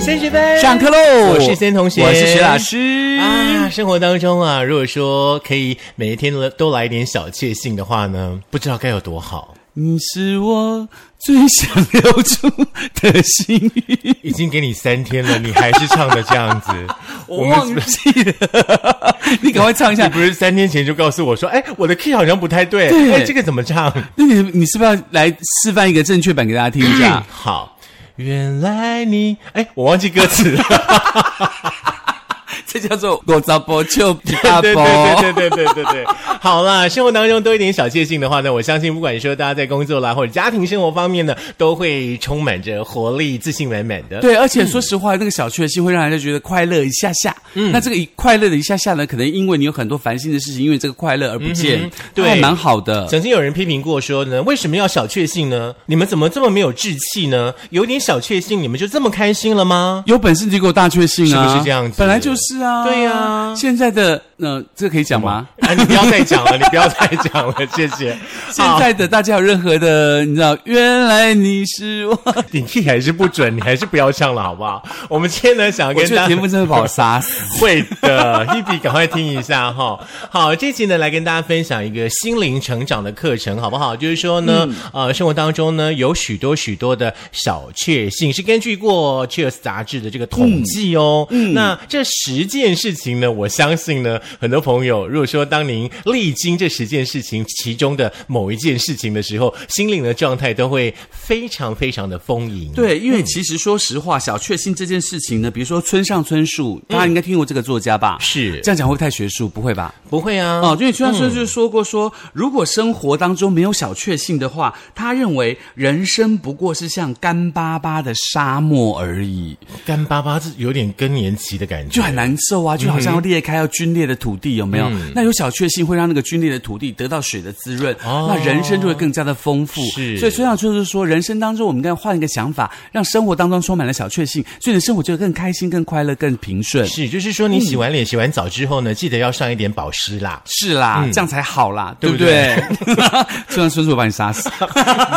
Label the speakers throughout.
Speaker 1: 先学分
Speaker 2: 上课喽！
Speaker 1: 我是森同学，
Speaker 2: 我是徐老师
Speaker 1: 啊。生活当中啊，如果说可以每一天都都来点小确幸的话呢，不知道该有多好。
Speaker 2: 你是我最想留住的幸运。
Speaker 1: 已经给你三天了，你还是唱的这样子，
Speaker 2: 我忘记了，你赶快唱一
Speaker 1: 你
Speaker 2: 下。
Speaker 1: 不是三天前就告诉我说，哎，我的 key 好像不太对，
Speaker 2: 对嗯
Speaker 1: 哎，这个怎么唱？
Speaker 2: 那你你是不是要来示范一个正确版给大家听一下？
Speaker 1: 好，原来你，哎，我忘记歌词 了。
Speaker 2: 这叫做我找波就比大
Speaker 1: 对
Speaker 2: 波。
Speaker 1: 对对对对对对对。好啦，生活当中多一点小确幸的话呢，我相信不管说大家在工作啦，或者家庭生活方面呢，都会充满着活力，自信满满的。
Speaker 2: 对，而且说实话，那个小确幸会让人家觉得快乐一下下。那这个一快乐的一下下呢，可能因为你有很多烦心的事情，因为这个快乐而不见，
Speaker 1: 对
Speaker 2: 还蛮好的。
Speaker 1: 曾经有人批评过说呢，为什么要小确幸呢？你们怎么这么没有志气呢？有点小确幸，你们就这么开心了吗？
Speaker 2: 有本事你就给我大确幸啊！
Speaker 1: 是不是这样子
Speaker 2: 本来就是啊。
Speaker 1: 对呀
Speaker 2: 现在的呃，这可以讲吗？
Speaker 1: 啊，你不要再讲了，你不要再讲了， 谢谢。
Speaker 2: 现
Speaker 1: 好
Speaker 2: 在的大家有任何的，你知道，原来你是我，
Speaker 1: 你 key 还是不准，你还是不要唱了，好不好？我们今天呢，想要
Speaker 2: 我
Speaker 1: 跟
Speaker 2: 觉
Speaker 1: 大
Speaker 2: 得
Speaker 1: 家
Speaker 2: 田馥甄会把我杀死。
Speaker 1: 会的 h e b 赶快听一下哈。好，这期呢来跟大家分享一个心灵成长的课程，好不好？就是说呢，呃，生活当中呢有许多许多的小确幸，是根据过《Cheers》杂志的这个统计哦。那这十件事情呢，我相信呢，很多朋友如果说当您历经这十件事情其中的某一件事情的时候，心灵的状态都会非常非常的丰盈。。
Speaker 2: 对，因为其实说实话，小确幸这件事情呢，比如说村上春树，大家应该听过这个作家吧？
Speaker 1: 嗯是
Speaker 2: 这样讲会不会太学术？不会吧？
Speaker 1: 不会啊，
Speaker 2: 哦，因为村上春树就说过说，如果生活当中没有小确幸的话，他认为人生不过是像干巴巴的沙漠而已，
Speaker 1: 干巴巴是有点更年期的感觉，
Speaker 2: 就很难受啊，就好像要裂开要皲裂的土地，有没有？那有小确幸会让那个皲裂的土地得到水的滋润，
Speaker 1: 哦
Speaker 2: 那人生就会更加的丰富。
Speaker 1: 是
Speaker 2: 所以村上春树说，人生当中我们应该换一个想法，让生活当中充满了小确幸，所以你的生活就会更开心、更快乐、更平顺。。
Speaker 1: 是，就是说你洗完脸、洗完澡之后呢，记得要上一点保湿啦
Speaker 2: 是啦，这样才好啦，对不
Speaker 1: 对
Speaker 2: 对？ 村上春树把你杀死。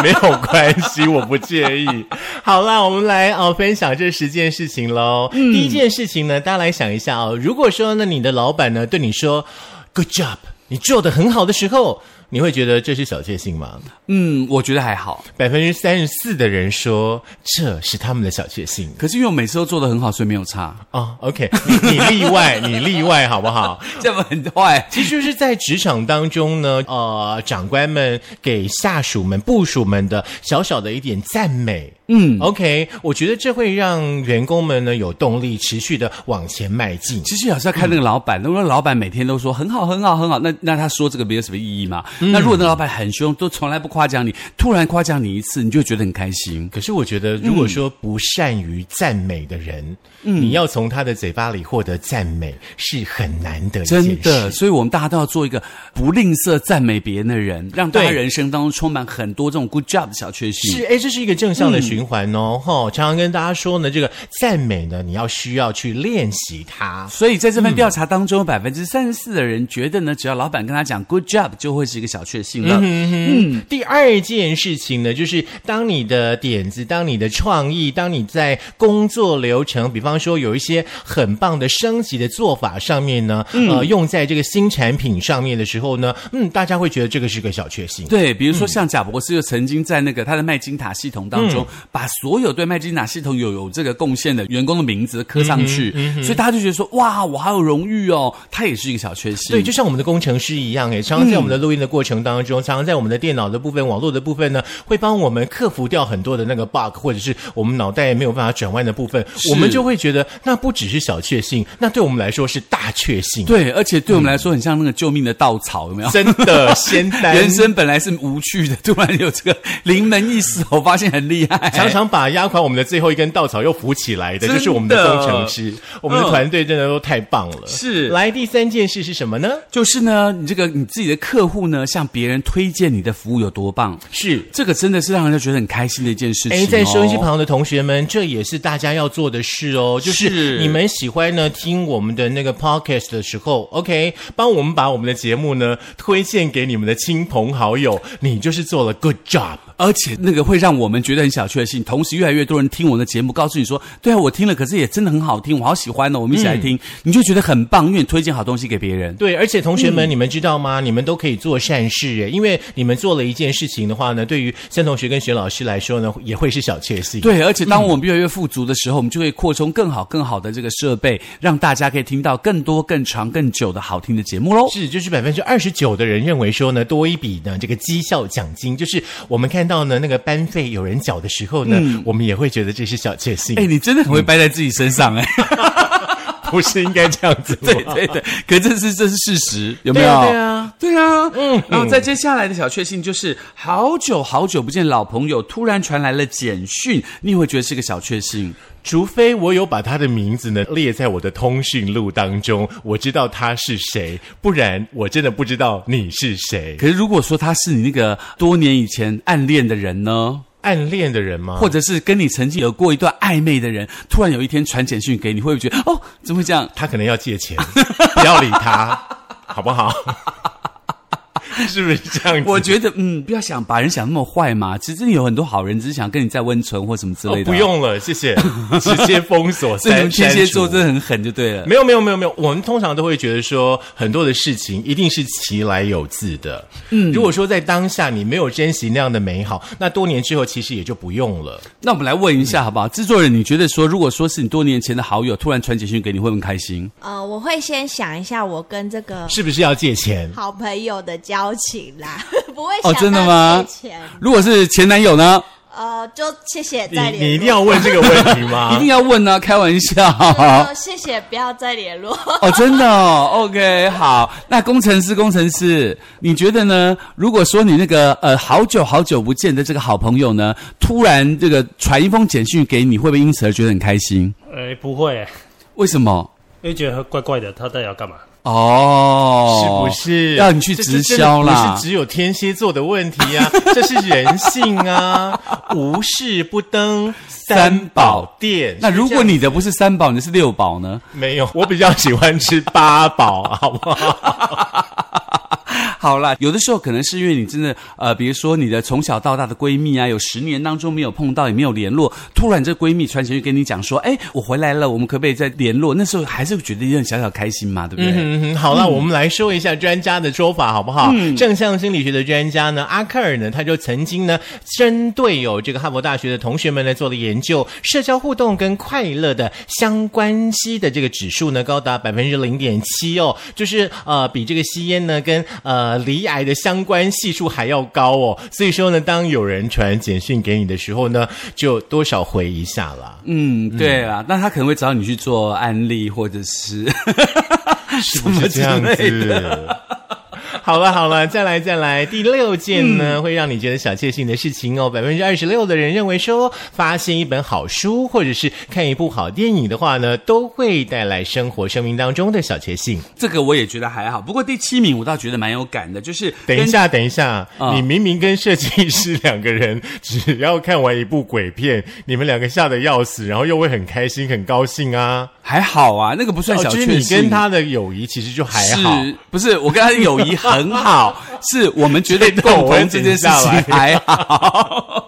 Speaker 1: 没有关系，我不介意。 好啦，我们来哦分享这十件事情喽。第一件事情呢，大家来想一下哦，如果说呢你的老板呢对你说 “Good job”，你做的很好的时候，你会觉得这是小确幸吗？
Speaker 2: 嗯，我觉得还好。
Speaker 1: 百分之三十四的人说这是他们的小确幸。
Speaker 2: 可是因为我每次都做的很好，所以没有差，
Speaker 1: 哦，OK，你你例外， 你例外好不好？
Speaker 2: 这样很坏。
Speaker 1: 其实就是在职场当中呢，呃，长官们给下属们、部属们的小小的一点赞美，嗯，OK，我觉得这会让员工们呢有动力持续的往前迈进。
Speaker 2: 其实也是要看那个老板，如果老板每天都说很好、很好、很好，那那他说这个没有什么意义嘛？
Speaker 1: 嗯
Speaker 2: 那如果那老板很凶，都从来不夸奖你，突然夸奖你一次，你就会觉得很开心。
Speaker 1: 可是我觉得，如果说不善于赞美的人，
Speaker 2: 嗯
Speaker 1: 你要从他的嘴巴里获得赞美是很难的一件事。
Speaker 2: 真的，所以我们大家都要做一个不吝啬赞美别人的人，让大家
Speaker 1: 对
Speaker 2: 人生当中充满很多这种 good job 的小确幸。
Speaker 1: 是，哎，这是一个正向的循环
Speaker 2: 嗯
Speaker 1: 哦。哈、常常跟大家说呢，这个赞美呢，你要需要去练习它。
Speaker 2: 所以在这份
Speaker 1: 嗯
Speaker 2: 调查当中，百分之三十四的人觉得呢，只要老板跟他讲 good job，就会是一个小确幸了。
Speaker 1: 嗯，第二件事情呢，就是当你的点子、当你的创意、当你在工作流程，比方说有一些很棒的升级的做法上面呢，
Speaker 2: 嗯
Speaker 1: 呃，用在这个新产品上面的时候呢，嗯，大家会觉得这个是个小确幸。
Speaker 2: 对，比如说像贾博士就曾经在那个他的麦金塔系统当
Speaker 1: 嗯
Speaker 2: 中，把所有对麦金塔系统有有这个贡献的员工的名字刻上去，
Speaker 1: 嗯
Speaker 2: 所以大家就觉得说，哇，我好有荣誉哦，他也是一个小确幸。
Speaker 1: 对，就像我们的工程师一样，哎，常常在我们的录音的过程当
Speaker 2: 嗯
Speaker 1: 中，常常在我们的电脑的部分、网络的部分呢，会帮我们克服掉很多的那个 bug，或者是我们脑袋没有办法转弯的部分，
Speaker 2: 是
Speaker 1: 我们就会觉得那不只是小确幸，那对我们来说是大确幸。
Speaker 2: 对，而且对我们来说很像那个救命的稻草，有没有？
Speaker 1: 真的仙 丹。
Speaker 2: 人生本来是无趣的，突然有这个临门一手，我发现很厉害。
Speaker 1: 常常把压垮我们的最后一根稻草又扶起来哎的，
Speaker 2: 真的
Speaker 1: 就是我们的工程师，我们的
Speaker 2: 嗯
Speaker 1: 团队真的都太棒了。
Speaker 2: 是
Speaker 1: 来第三件事是什么呢？
Speaker 2: 就是呢，你这个你自己的客户呢，向别人推荐你的服务有多棒，
Speaker 1: 是。
Speaker 2: 这个真的是让人家觉得很开心的一件事情、哦。
Speaker 1: 哎，在收音机旁的同学们，这也是大家要做的事哦。就是
Speaker 2: 是
Speaker 1: 你们喜欢呢听我们的那个 podcast 的时候，OK，帮我们把我们的节目呢推荐给你们的亲朋好友，你就是做了 good job。
Speaker 2: 而且那个会让我们觉得很小确幸，同时越来越多人听我的节目，告诉你说，对啊，我听了，可是也真的很好听，我好喜欢哦，我们一起来听，你就觉得很棒，因为你推荐好东西给别人。
Speaker 1: 对，而且同学
Speaker 2: 嗯
Speaker 1: 们，你们知道吗？你们都可以做善事耶，因为你们做了一件事情的话呢，对于孙同学跟学老师来说呢，也会是小确幸。
Speaker 2: 对，而且当我们越来越富足的时候，我们就会扩充更好、更好的这个设备，让大家可以听到更多、更长、更久的好听的节目喽。
Speaker 1: 是，就是百分之二十九的人认为说呢，多一笔呢这个绩效奖金，就是我们看到呢那个班费有人缴的时候呢，我们也会觉得这是小确幸，
Speaker 2: 嗯哎，你真的很会掰在自己身上哎、
Speaker 1: 不是应该这样子吗？
Speaker 2: 对对对，可这是这是事实，有没
Speaker 1: 对
Speaker 2: 有？
Speaker 1: 啊对啊
Speaker 2: 对啊，嗯，然后在接下来的小确幸就是，好久好久不见老朋友突然传来了简讯，你也会觉得是个小确幸。
Speaker 1: 除非我有把他的名字呢列在我的通讯录当中，我知道他是谁，不然我真的不知道你是谁。
Speaker 2: 可是如果说他是你那个多年以前暗恋的人呢，
Speaker 1: 暗恋的人吗？
Speaker 2: 或者是跟你曾经有过一段暧昧的人，突然有一天传简讯给你，会不会觉得哦，怎么会这样？
Speaker 1: 他可能要借钱， 不要理他，好不好？ 是不是这样子？
Speaker 2: 我觉得，嗯，不要想把人想那么坏嘛。其实有很多好人，只是想跟你再温存或什么之
Speaker 1: 哦
Speaker 2: 类的啊、
Speaker 1: 不用了，谢谢，直接封 锁。
Speaker 2: 所以你
Speaker 1: 删
Speaker 2: 们天蝎
Speaker 1: 删
Speaker 2: 座
Speaker 1: 除
Speaker 2: 真的很狠，就对了。
Speaker 1: 没有没有没有没有，我们通常都会觉得说，很多的事情一定是其来有自的。嗯，如果说在当下你没有珍惜那样的美好，那多年之后其实也就不用了。
Speaker 2: 那我们来问一下
Speaker 1: 嗯
Speaker 2: 好不好？制作人，你觉得说，如果说是你多年前的好友突然传简讯给你，会不会很开心？
Speaker 3: 呃，我会先想一下我跟这 个
Speaker 1: 是不是要借钱？
Speaker 3: 好朋友的交情啦， 不会
Speaker 2: 哦
Speaker 3: 想
Speaker 2: 真的
Speaker 3: 到
Speaker 2: 吗
Speaker 3: 借钱
Speaker 2: 如果是前男友呢，
Speaker 3: 呃，就谢谢
Speaker 1: 你
Speaker 3: 再联络，
Speaker 1: 你一定要问这个问题
Speaker 2: 一
Speaker 1: 吗
Speaker 2: 定？要问啊，开玩笑。
Speaker 3: 呃谢谢，不要再联络。
Speaker 2: 哦，真的哦，OK，好。那工程师，工程师，你觉得呢？如果说你那个呃好久好久不见的这个好朋友呢，突然这个传一封简讯给你，会不会因此而觉得很开心？
Speaker 4: 哎、不会、
Speaker 2: 为什么？
Speaker 4: 因为觉得怪怪的，他到底要干嘛？
Speaker 1: 是
Speaker 2: 哦，
Speaker 1: 不是
Speaker 2: 要你去直销
Speaker 1: 这这真的
Speaker 2: 啦
Speaker 1: 不是只有天蝎座的问题 啊，这是人性啊，无事不登三宝殿。
Speaker 2: 那如
Speaker 1: 是这
Speaker 2: 果
Speaker 1: 样
Speaker 2: 你的不是三宝，你的是六宝呢？
Speaker 1: 没有，我比较喜欢吃八宝，好不好？
Speaker 2: 好啦，有的时候可能是因为你真的呃，比如说你的从小到大的闺蜜啊，有十年当中没有碰到，也没有联络，突然这闺蜜传简讯跟你讲说，哎，我回来了，我们可不可以再联络？那时候还是觉得有点小小开心嘛，对不对？
Speaker 1: 嗯哼，好了，我们来说一下专家的说法，好不好？正向心理学的专家呢，阿克尔呢，他就曾经呢，针对有这个哈佛大学的同学们呢，做了研究，社交互动跟快乐的相关系的这个指数呢，高达百分之零点七哦，就是呃，比这个吸烟呢跟呃离癌的相关系数还要高哦。所以说呢，当有人传简讯给你的时候呢，就多少回一下啦。
Speaker 2: 嗯，对啦，那他可能会找你去做案例，或者是
Speaker 1: 是不是这样
Speaker 2: 什么之
Speaker 1: 子？ 好了好了，再来再来，第六件呢，
Speaker 2: 嗯
Speaker 1: 会让你觉得小确幸的事情哦。百分之二十六的人认为说，发现一本好书或者是看一部好电影的话呢，都会带来生活生命当中的小确幸。
Speaker 2: 这个我也觉得还好。不过第七名我倒觉得蛮有感的，就是
Speaker 1: 等一
Speaker 2: 跟
Speaker 1: 下，等一下，
Speaker 2: 啊
Speaker 1: 你明明跟设计师两个人只要看完一部鬼片，你们两个吓得要死，然后又会很开心、很高兴啊。
Speaker 2: 还好啊，那个不算小
Speaker 1: 哦就是
Speaker 2: 确
Speaker 1: 你
Speaker 2: 幸。
Speaker 1: 跟他的友谊其实就还好。
Speaker 2: 是不是？我跟他的友谊很 好，是我们觉得
Speaker 1: 这段
Speaker 2: 共
Speaker 1: 我会
Speaker 2: 同这件
Speaker 1: 剪
Speaker 2: 事
Speaker 1: 下
Speaker 2: 情
Speaker 1: 来
Speaker 2: 还好。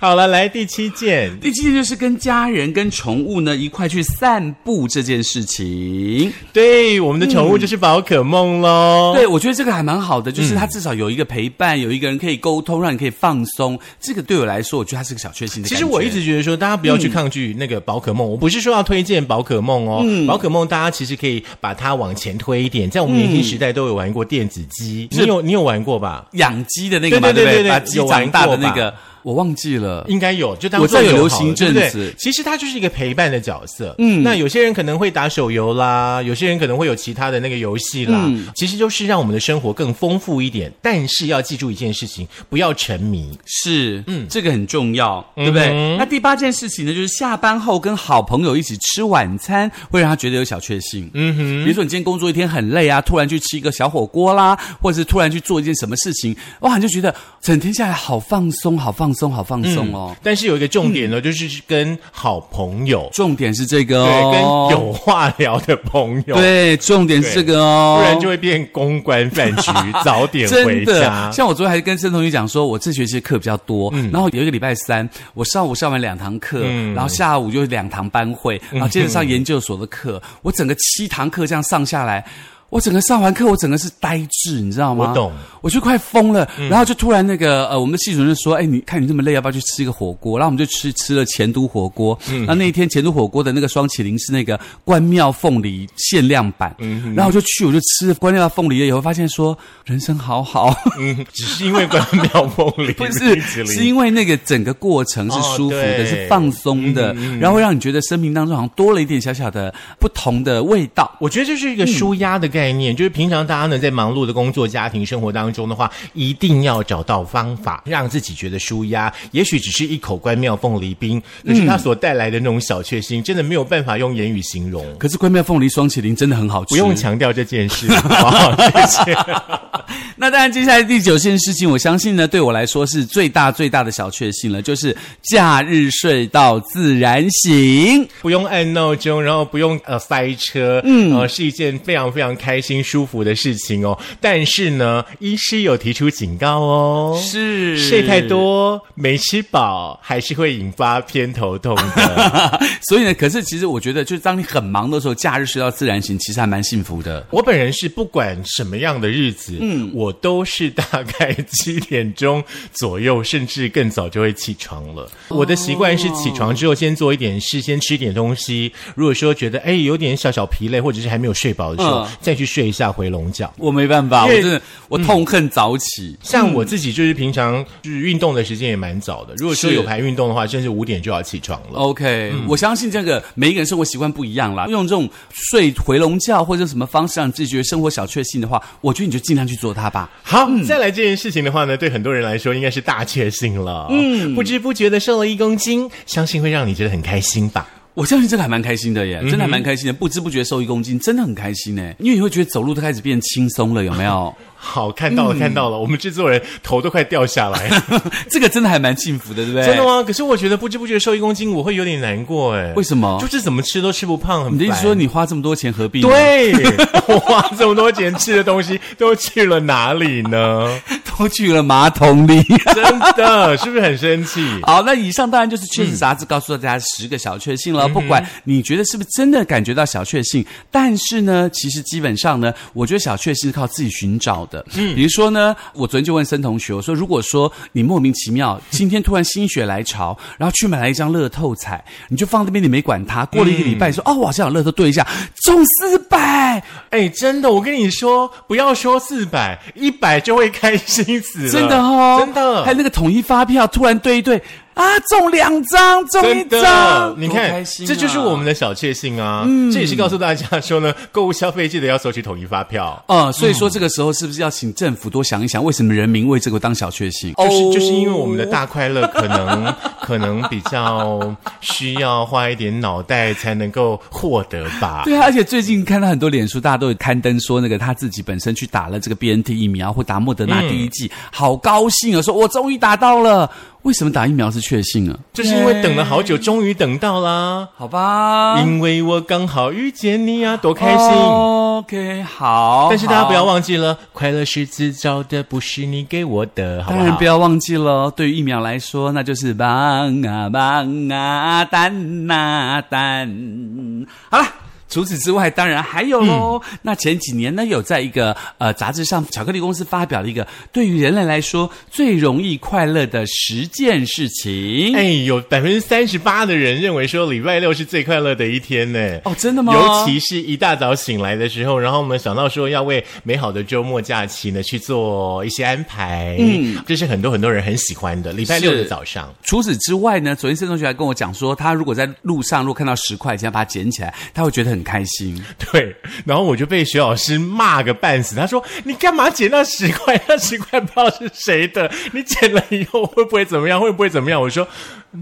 Speaker 1: 好了，来第七件，
Speaker 2: 第七件就是跟家人、跟宠物呢一块去散步这件事情。
Speaker 1: 对，我们的宠物就是宝可梦喽。
Speaker 2: 嗯对，我觉得这个还蛮好的，
Speaker 1: 嗯
Speaker 2: 就是它至少有一个陪伴，有一个人可以沟通，让你可以放松。这个对我来说，我觉得它是个小确幸的
Speaker 1: 其
Speaker 2: 感觉。
Speaker 1: 实我一直觉得说，大家不要去抗拒那个宝可梦。我不是说要推荐宝可梦哦，
Speaker 2: 嗯
Speaker 1: 宝可梦大家其实可以把它往前推一点，在我们年轻时代都有玩过电子机，
Speaker 2: 嗯
Speaker 1: 你有你有玩过吧？
Speaker 2: 养鸡的那个嘛，
Speaker 1: 对对
Speaker 2: 不
Speaker 1: 对对
Speaker 2: 把鸡
Speaker 1: 有玩
Speaker 2: 长大
Speaker 1: 过
Speaker 2: 的
Speaker 1: 吧
Speaker 2: 那个，我忘记了。
Speaker 1: 应该有，就当
Speaker 2: 我
Speaker 1: 做
Speaker 2: 知道有流
Speaker 1: 好
Speaker 2: 行
Speaker 1: 了对不
Speaker 2: 阵
Speaker 1: 对
Speaker 2: 子
Speaker 1: 其实它就是一个陪伴的角色。嗯，那有些人可能会打手游啦，有些人可能会有其他的那个游戏啦。
Speaker 2: 嗯
Speaker 1: 其实就是让我们的生活更丰富一点，但是要记住一件事情，不要沉迷。
Speaker 2: 是，嗯，这个很重要，对不对？那第八件事情呢，就是下班后跟好朋友一起吃晚餐，会让他觉得有小确幸。嗯哼，比如说你今天工作一天很累啊，突然去吃一个小火锅啦，或者是突然去做一件什么事情，哇，你就觉得整天下来好放松，好放松，好放放松哦。
Speaker 1: 但是有一个重点呢，就是跟好朋友，
Speaker 2: 重点是这个
Speaker 1: 对，跟
Speaker 2: 嗯哦，
Speaker 1: 有话聊的朋友，
Speaker 2: 对，重点是这个哦，
Speaker 1: 不然就会变公关饭 局，早点回
Speaker 2: 真
Speaker 1: 家嗯
Speaker 2: 的，。像我昨天还跟郑同学讲说，我这学期的课比较多，然后有一个礼拜三，我上午上完两堂课，然后下午就两堂班会，
Speaker 1: 嗯
Speaker 2: 然后接着上研究所的课，我整个七堂课这样上下来。我整个上完课，我整个是呆滞，你知道吗？
Speaker 1: 我懂，嗯
Speaker 2: 我就快疯了。然后就突然那个呃，我们的系主任说：“哎，你看你这么累，要不要去吃一个火锅？”然后我们就吃吃了前都火锅。
Speaker 1: 嗯
Speaker 2: 那、那一天前都火锅的那个双麒麟是那个关庙凤梨限量版，
Speaker 1: 嗯
Speaker 2: 然后我就去，我就吃了关庙凤梨了以后，发现说人生 好好。
Speaker 1: 嗯，只是因为关庙风铃，
Speaker 2: 不是，是因
Speaker 1: 为
Speaker 2: 为那个整个过程是舒服
Speaker 1: 哦
Speaker 2: 的，
Speaker 1: 对嗯
Speaker 2: 是放松的，然后会让你觉得生命当中好像多了一点小小的不同的味道。
Speaker 1: 我觉得这是一个舒压的概
Speaker 2: 嗯
Speaker 1: 念，就是平常大家呢在忙碌的工作、家庭生活当中的话，一定要找到方法让自己觉得舒压。也许只是一口关庙凤梨冰，可是它
Speaker 2: 嗯
Speaker 1: 所带来的那种小确幸，真的没有办法用言语形容。
Speaker 2: 可是关庙凤梨双麒麟真的很好吃，
Speaker 1: 不用强调这件 事，好不好？谢谢。
Speaker 2: 那当然，接下来第九件事情，我相信呢，对我来说是最大最大的小确幸了，就是假日睡到自然醒。
Speaker 1: 不用按闹钟，然后不用呃塞车，嗯，呃，是一件非常非常开心舒服的事情哦。但是呢，医师有提出警告哦，
Speaker 2: 是
Speaker 1: 睡太多没吃饱，还是会引发偏头痛的。
Speaker 2: 所以呢，可是其实我觉得，就是当你很忙的时候，假日睡到自然醒，其实还蛮幸福的。
Speaker 1: 我本人是不管什么样的日子，嗯，我都是大概七点钟左右，甚至更早就会起床了。我的习惯是起床之后先做一点事，先吃点东西。如果说觉得哎有点小小疲累，或者是还没有睡饱的时候，
Speaker 2: 嗯
Speaker 1: 再去睡一下回笼觉。
Speaker 2: 我没办法，
Speaker 1: 因
Speaker 2: 我
Speaker 1: 为嗯
Speaker 2: 真的我痛恨早起。
Speaker 1: 像我自己就是平常就是运动的时间也蛮早的，如果说
Speaker 2: 是哦
Speaker 1: 有排运动的话，甚至五点就要起床了。
Speaker 2: OK，、我
Speaker 1: 嗯
Speaker 2: 相信这个每一个人生活习惯不一样啦。用这种睡回笼觉或者什么方式让你自己觉得生活小确幸的话，我觉得你就尽量去做它吧。
Speaker 1: 好，再来这件事情的话呢，对很多人来说应该是大确幸了。嗯，不知不觉的瘦了一公斤，相信会让你觉得很开心吧。
Speaker 2: 我相信这个还蛮开心的
Speaker 1: 嗯
Speaker 2: 耶，真的还蛮开心的，不知不觉瘦一公斤，真的很开心呢。因为你会觉得走路都开始变轻松了，有 没有？
Speaker 1: 好，看到了，
Speaker 2: 嗯
Speaker 1: 看到了，我们制作人头都快掉下 来了，
Speaker 2: 这个真的还蛮幸福的，对不对？
Speaker 1: 真的？吗？可是我觉得不知不觉瘦一公斤，我会有点难过哎。
Speaker 2: 为什么
Speaker 1: 就是怎么吃都吃不胖，很
Speaker 2: 你的意思
Speaker 1: 烦
Speaker 2: 说你花这么多钱何必？。
Speaker 1: 对， 我花这么多钱吃的东西都去了哪里呢？
Speaker 2: 都去了马桶里。
Speaker 1: 真的，是不是很生气？
Speaker 2: 好，那以上当然就是确
Speaker 1: 嗯
Speaker 2: 实杂志告诉大家十个小确幸了。不管你觉得是不是真的感觉到小确幸，但是呢，其实基本上呢，我觉得小确幸是靠自己寻找的。嗯，比如说呢，我昨天就问森同学，我说如果说你莫名其妙今天突然心血来潮，然后去买了一张乐透彩，你就放那边你没管它，过了一个礼
Speaker 1: 嗯
Speaker 2: 拜，你说哦，我好像有乐透对一下，中四百，
Speaker 1: 哎，真的，我跟你说，不要说四百，一百就会开心死了，
Speaker 2: 真的哦，
Speaker 1: 真的，
Speaker 2: 还有那个统一发票，突然对一对啊，中两张，中一
Speaker 1: 真的
Speaker 2: 张，，
Speaker 1: 你
Speaker 2: 多
Speaker 1: 看，
Speaker 2: 开心啊嗯
Speaker 1: 这就是我们的小确幸啊！这也是告诉大家说呢，购物消费记得要索取统一发票。
Speaker 2: 呃，所以说这个时候是不是要请政府多想一想，为什么人民为这个当小确幸？
Speaker 1: 就是就是因为我们的大快乐可 能可能比较需要花一点脑袋才能够获得吧。
Speaker 2: 对啊，而且最近看到很多脸书，大家都有刊登说那个他自己本身去打了这个 BNT 疫苗或打莫德纳第一剂，好高兴啊，说我终于打到了。为什么打疫苗是确幸啊？
Speaker 1: 就是因为等了好久，终于等到啦。
Speaker 2: 好吧，
Speaker 1: 因为我刚好遇见你啊，多开心！
Speaker 2: 哦 OK，好。
Speaker 1: 但是大家不要
Speaker 2: 好。
Speaker 1: 忘记了，快乐是自找的，不是你给我的，好不
Speaker 2: 当然
Speaker 1: 好
Speaker 2: 不？要忘记了哦，对于疫苗来说，那就是棒啊棒啊蛋呐、蛋。好了。除此之外，当然还有喽。
Speaker 1: 嗯
Speaker 2: 那前几年呢，有在一个呃杂志上，巧克力公司发表了一个对于人类来说最容易快乐的十件事情。
Speaker 1: 哎，有百分之三十八的人认为说礼拜六是最快乐的一天呢。
Speaker 2: 哦，真的吗？
Speaker 1: 尤其是一大早醒来的时候，然后我们想到说要为美好的周末假期呢去做一些安排，嗯，这是很多很多人很喜欢的。礼拜六的早上，
Speaker 2: 除此之外呢，昨天盛同学还跟我讲说，他如果在路上如果看到十块钱，把它捡起来，他会觉得很开心。
Speaker 1: 对，然后我就被徐老师骂个半死。他说：“你干嘛捡那十块？那十块不知道是谁的，你捡了以后会不会怎么样？会不会怎么样？”我说：“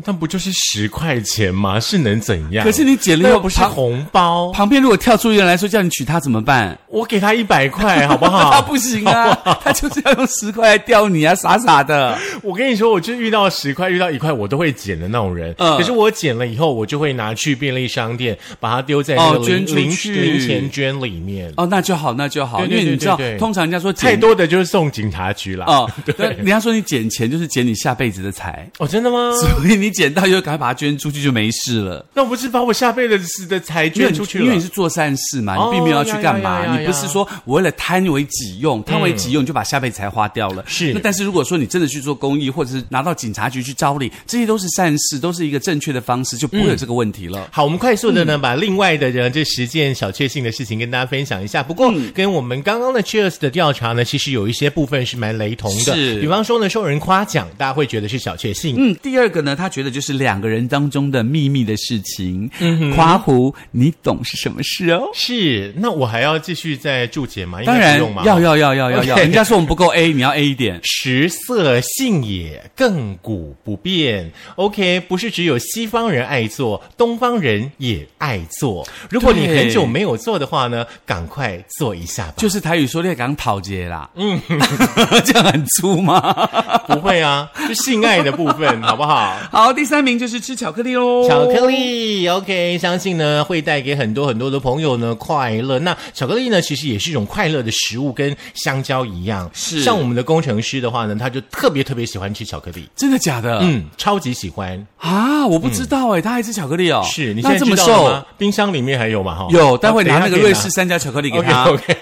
Speaker 1: 那不就是十块钱吗？是能怎样？
Speaker 2: 可是你捡了以
Speaker 1: 那
Speaker 2: 后
Speaker 1: 又不是
Speaker 2: 旁
Speaker 1: 红包，
Speaker 2: 旁边如果跳出一个人来说叫你娶她怎么办？
Speaker 1: 我给他一百块，哎好不好？
Speaker 2: 他不行啊，他就是要用十块来吊你啊，傻傻 的。
Speaker 1: 我跟你说，我就遇到十块、遇到一块，我都会捡的那种人。
Speaker 2: 嗯
Speaker 1: 可是我捡了以后，我就会拿去便利商店，把它丢在那个
Speaker 2: 哦捐
Speaker 1: 零、
Speaker 2: 出
Speaker 1: 零
Speaker 2: 去
Speaker 1: 零钱捐里面。
Speaker 2: 哦，那就好，那就好，
Speaker 1: 对
Speaker 2: 因
Speaker 1: 对
Speaker 2: 为你知道
Speaker 1: 对对对，
Speaker 2: 通常人家说
Speaker 1: 太
Speaker 2: 捡
Speaker 1: 多的就是送警察局啦。，
Speaker 2: 哦对，
Speaker 1: 对，
Speaker 2: 人家说你捡钱就是捡你下辈子 的财，
Speaker 1: 哦，真的吗？
Speaker 2: 所以你捡到就赶快把它捐出去就没事了。
Speaker 1: 那我不是把我下辈子的财
Speaker 2: 因为
Speaker 1: 捐
Speaker 2: 你
Speaker 1: 出去了？
Speaker 2: 因为你是做善事嘛，
Speaker 1: 哦
Speaker 2: 你并没有要去干嘛，
Speaker 1: 呀呀呀呀呀嗯
Speaker 2: 你不是说我为了贪为己用，贪为己用你就把下辈子才花掉了。
Speaker 1: 是
Speaker 2: 那但是如果说你真的去做公益，或者是拿到警察局去招领，这些都是善事，都是一个正确的方式，就不
Speaker 1: 嗯
Speaker 2: 会有这个问题了。
Speaker 1: 好，我们快速的
Speaker 2: 嗯
Speaker 1: 呢，把另外的呃这十件小确幸的事情跟大家分享一下。不过，
Speaker 2: 嗯
Speaker 1: 跟我们刚刚的 Cheers 的调查呢，其实有一些部分是蛮雷同的。
Speaker 2: 是
Speaker 1: 比方说呢，受人夸奖，大家会觉得是小确幸。
Speaker 2: 嗯，第二个呢，他觉得就是两个人当中的秘密的事情。嗯，夸胡，你懂是什么事哦？
Speaker 1: 是，那我还要继续再注解吗？应
Speaker 2: 当
Speaker 1: 该不
Speaker 2: 然
Speaker 1: 用吗？
Speaker 2: 要要要要要要，
Speaker 1: OK
Speaker 2: 人家说我们不够 A，你要 A 一点。
Speaker 1: 食色性也，亘古不变。OK，不是只有西方人爱做，东方人也爱做。如果你
Speaker 2: 对
Speaker 1: 很久没有做的话呢，赶快做一下吧。
Speaker 2: 就是台语说“列港讨劫”啦，嗯， 这样很粗吗？
Speaker 1: 不会啊，是性爱的部分，好不好？
Speaker 2: 好，第三名就是吃巧克力哦喽，
Speaker 1: 巧克。力，OK，相信呢会带给很多很多的朋友呢快乐。那巧克力呢，其实也是一种快乐的食物，跟香蕉一样。
Speaker 2: 是
Speaker 1: 像我们的工程师的话呢，他就特别特别喜欢吃巧克力，
Speaker 2: 真的假的？
Speaker 1: 嗯，超级喜欢。
Speaker 2: 啊，我不知道哎、他爱吃巧克力哦。
Speaker 1: 是你现
Speaker 2: 那
Speaker 1: 在
Speaker 2: 这么
Speaker 1: 知道了
Speaker 2: 瘦
Speaker 1: 吗，？哦冰箱里面还有嘛？哈，
Speaker 2: 有，待会拿那个啊瑞士
Speaker 1: 士
Speaker 2: 山楂巧克力给
Speaker 1: OK
Speaker 2: 他。
Speaker 1: OK，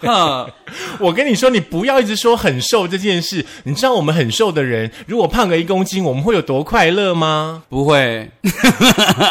Speaker 2: 哼
Speaker 1: 我跟你说，你不要一直说很瘦这件事。你知道我们很瘦的人，如果胖个一公斤，我们会有多快乐 吗
Speaker 2: ？不会，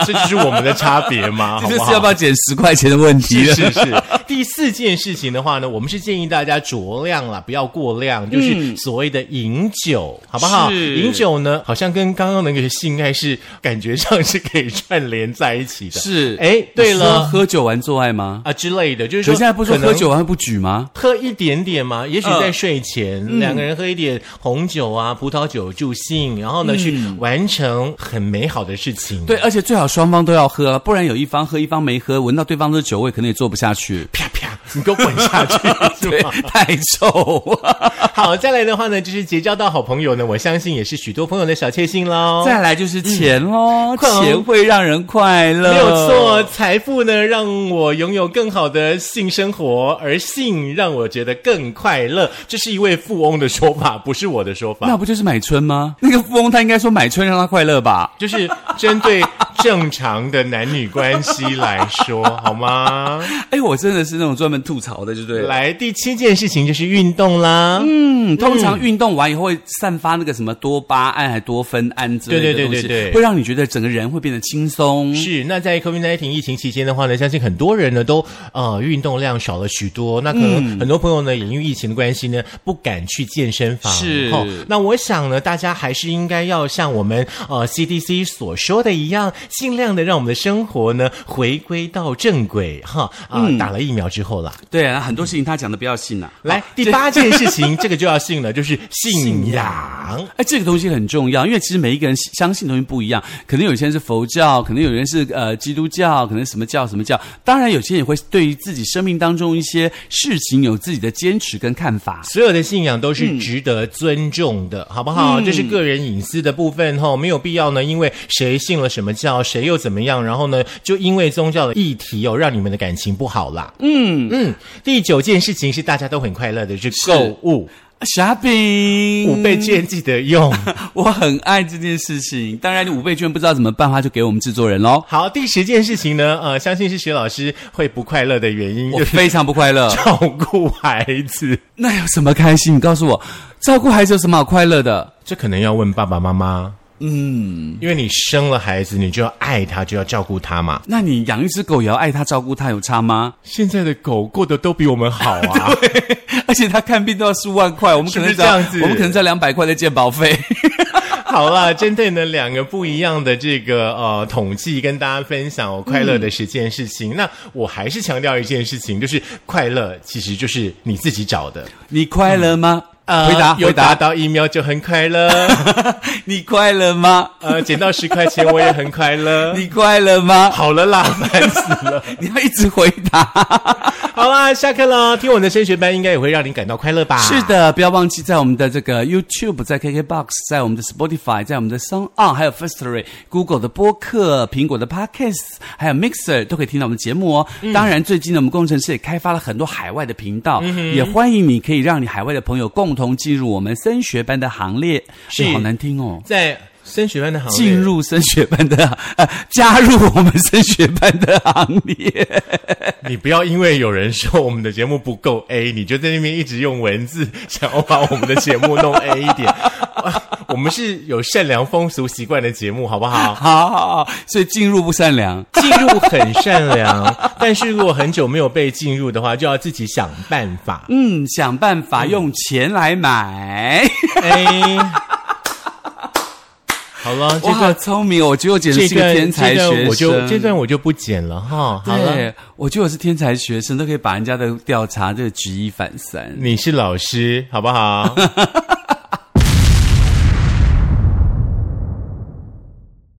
Speaker 1: 这就是我们的差别吗？ 好
Speaker 2: 这
Speaker 1: 不
Speaker 2: 就
Speaker 1: 好
Speaker 2: 是要不要减十块钱的问题了。
Speaker 1: 是是是。 第四件事情的话呢，我们是建议大家酌量啦，不要过量，就是所谓的饮酒，好不好？
Speaker 2: 嗯是
Speaker 1: 饮酒呢，好像跟刚刚那个性爱是感觉上是可以串联在一起的。
Speaker 2: 是，
Speaker 1: 哎对
Speaker 2: 你说
Speaker 1: 了
Speaker 2: 喝酒完做爱吗？
Speaker 1: 啊之类的，就是
Speaker 2: 可
Speaker 1: 说
Speaker 2: 现在不是
Speaker 1: 可能
Speaker 2: 喝酒完不举吗？
Speaker 1: 喝一点点嘛，也许
Speaker 2: 嗯
Speaker 1: 在睡前、两个人喝一点红酒啊、葡萄酒助兴，然后呢、去完成很美好的事情。。
Speaker 2: 嗯对，，呃而且最好双方都要喝，不然有一方喝，一方没喝，闻到对方的酒味，可能也做不下去
Speaker 1: 啪啪， 你给我滚下去！
Speaker 2: 对
Speaker 1: 是吗，
Speaker 2: 太臭。
Speaker 1: 好，再来的话呢，就是结交到好朋友呢，我相信也是许多朋友的小确幸喽。
Speaker 2: 再来就是钱喽，
Speaker 1: 嗯
Speaker 2: 钱会让人快乐，
Speaker 1: 没有错，。财富呢让我拥有更好的性生活，而性让我觉得更快乐。这是一位富翁的说法，不是我的说法
Speaker 2: 那。不就是买春吗？那个富翁他应该说买春让他快乐吧？
Speaker 1: 就是针对正常的男女关系来 说，好吗？
Speaker 2: 哎，我真的是那种专门吐槽的，就对了。
Speaker 1: 来，第七件事情就是运动啦。
Speaker 2: 嗯，通常运动完以后会散发那个什么多巴胺还多酚胺之类
Speaker 1: 对
Speaker 2: 的
Speaker 1: 对对
Speaker 2: 东西，
Speaker 1: 对对
Speaker 2: 会让你觉得整个人会变得轻松。
Speaker 1: 是，那在 COVID-19 疫情期间的话呢，相信很多人呢都呃运动量少了许多，那可
Speaker 2: 嗯
Speaker 1: 能很多朋友呢也因为疫情的关系呢不敢去健身房。哦
Speaker 2: 是
Speaker 1: 那我想呢，大家还是应该要像我们呃 CDC 所说的一样，尽量的让我们的生活呢回归到正轨哈啊、
Speaker 2: 嗯
Speaker 1: 打了疫苗之后啦，
Speaker 2: 对啊，很多事情他讲的不要信啊。
Speaker 1: 来第 八件事情，这个就要信了，就是信仰。
Speaker 2: 哎，这个东西很重要，因为其实每一个人相信的东西不一样，可能有些人是佛教，可能有人是呃基督教，可能什么教什么教。当然，有些人也会对于自己生命当中一些事情有自己的坚持跟看 法。
Speaker 1: 所有的信仰都是值得尊重的，好不好？这是个人隐私的部分哈、没有必要呢，因为谁信了什么教，谁又怎么样，然后呢，就因为宗教的议题哦，让你们的感情不好啦。嗯嗯，第九件事情是大家都很快乐的，是嗯购物，
Speaker 2: 虾饼，
Speaker 1: 五倍券记得 用。
Speaker 2: 我很爱这件事情。当然，你五倍券不知道怎么办的话，就给我们制作人 喽。
Speaker 1: 好，第十件事情呢，呃，相信是徐老师会不快乐的原因，
Speaker 2: 我
Speaker 1: 就是。
Speaker 2: 非常不快乐
Speaker 1: 照顾孩子。
Speaker 2: 那有什么开心？你告诉我，照顾孩子有什么好快乐的？
Speaker 1: 这可能要问爸爸妈妈。嗯，因为你生了孩子，你就要爱他，就要照顾他嘛。
Speaker 2: 那你养一只狗也要爱它、照顾它，有差吗？
Speaker 1: 现在的狗过得都比我们好 啊！
Speaker 2: 而且它看病都要数万块，我们可能
Speaker 1: 是不是
Speaker 2: 只要
Speaker 1: 这样子
Speaker 2: 我们可能只要两百块的健保费。
Speaker 1: 好啦，针对呢两个不一样的这个呃统计，跟大家分享我、快乐的十件事情。那我还是强调一件事情，就是快乐其实就是你自己找的。
Speaker 2: 你快乐吗？
Speaker 1: 呃
Speaker 2: 回答
Speaker 1: 有
Speaker 2: 回答
Speaker 1: 打到疫苗就很快 乐，
Speaker 2: 你快乐吗？
Speaker 1: 呃，捡到十块钱我也很快 乐。
Speaker 2: 你快乐吗？
Speaker 1: 好了 啦，烦死了。
Speaker 2: 你要一直回答。
Speaker 1: 好啦，下课了。听我们的升学班，应该也会让你感到快乐吧？
Speaker 2: 是的，不要忘记在我们的这个 YouTube、在 KKBox、在我们的 Spotify、在我们的 Sound On，还有 Firstory、Google 的播客、苹果的 Podcast，还有 Mixer 都可以听到我们节目哦。当然，最近呢，我们工程师也开发了很多海外的频道，也欢迎你可以让你海外的朋友共同进入我们升学班的行列。
Speaker 1: 是
Speaker 2: 哎好难听哦。
Speaker 1: 在升学班的行列
Speaker 2: 进入升学班的， 呃，加入我们升学班的行列。
Speaker 1: 你不要因为有人说我们的节目不够 A，你就在那边一直用文字 想要把我们的节目弄 A 一点。 啊我们是有善良风俗习惯的节目，好不 好？
Speaker 2: 好好好，所以进入不善良。
Speaker 1: 进入很善良，但是如果很久没有被进入的话，就要自己想办法。
Speaker 2: 嗯，想办法用钱来买。
Speaker 1: 哎，好了，
Speaker 2: 我
Speaker 1: 这
Speaker 2: 好
Speaker 1: 段
Speaker 2: 聪明哦！我觉得我简直
Speaker 1: 这
Speaker 2: 是个
Speaker 1: 段
Speaker 2: 天才
Speaker 1: 这
Speaker 2: 学
Speaker 1: 段
Speaker 2: 生。
Speaker 1: 我就这段我就不剪了哈。好了，
Speaker 2: 对，我觉得我是天才学生，都可以把人家的调查这个举一反三。
Speaker 1: 你是老师好不好？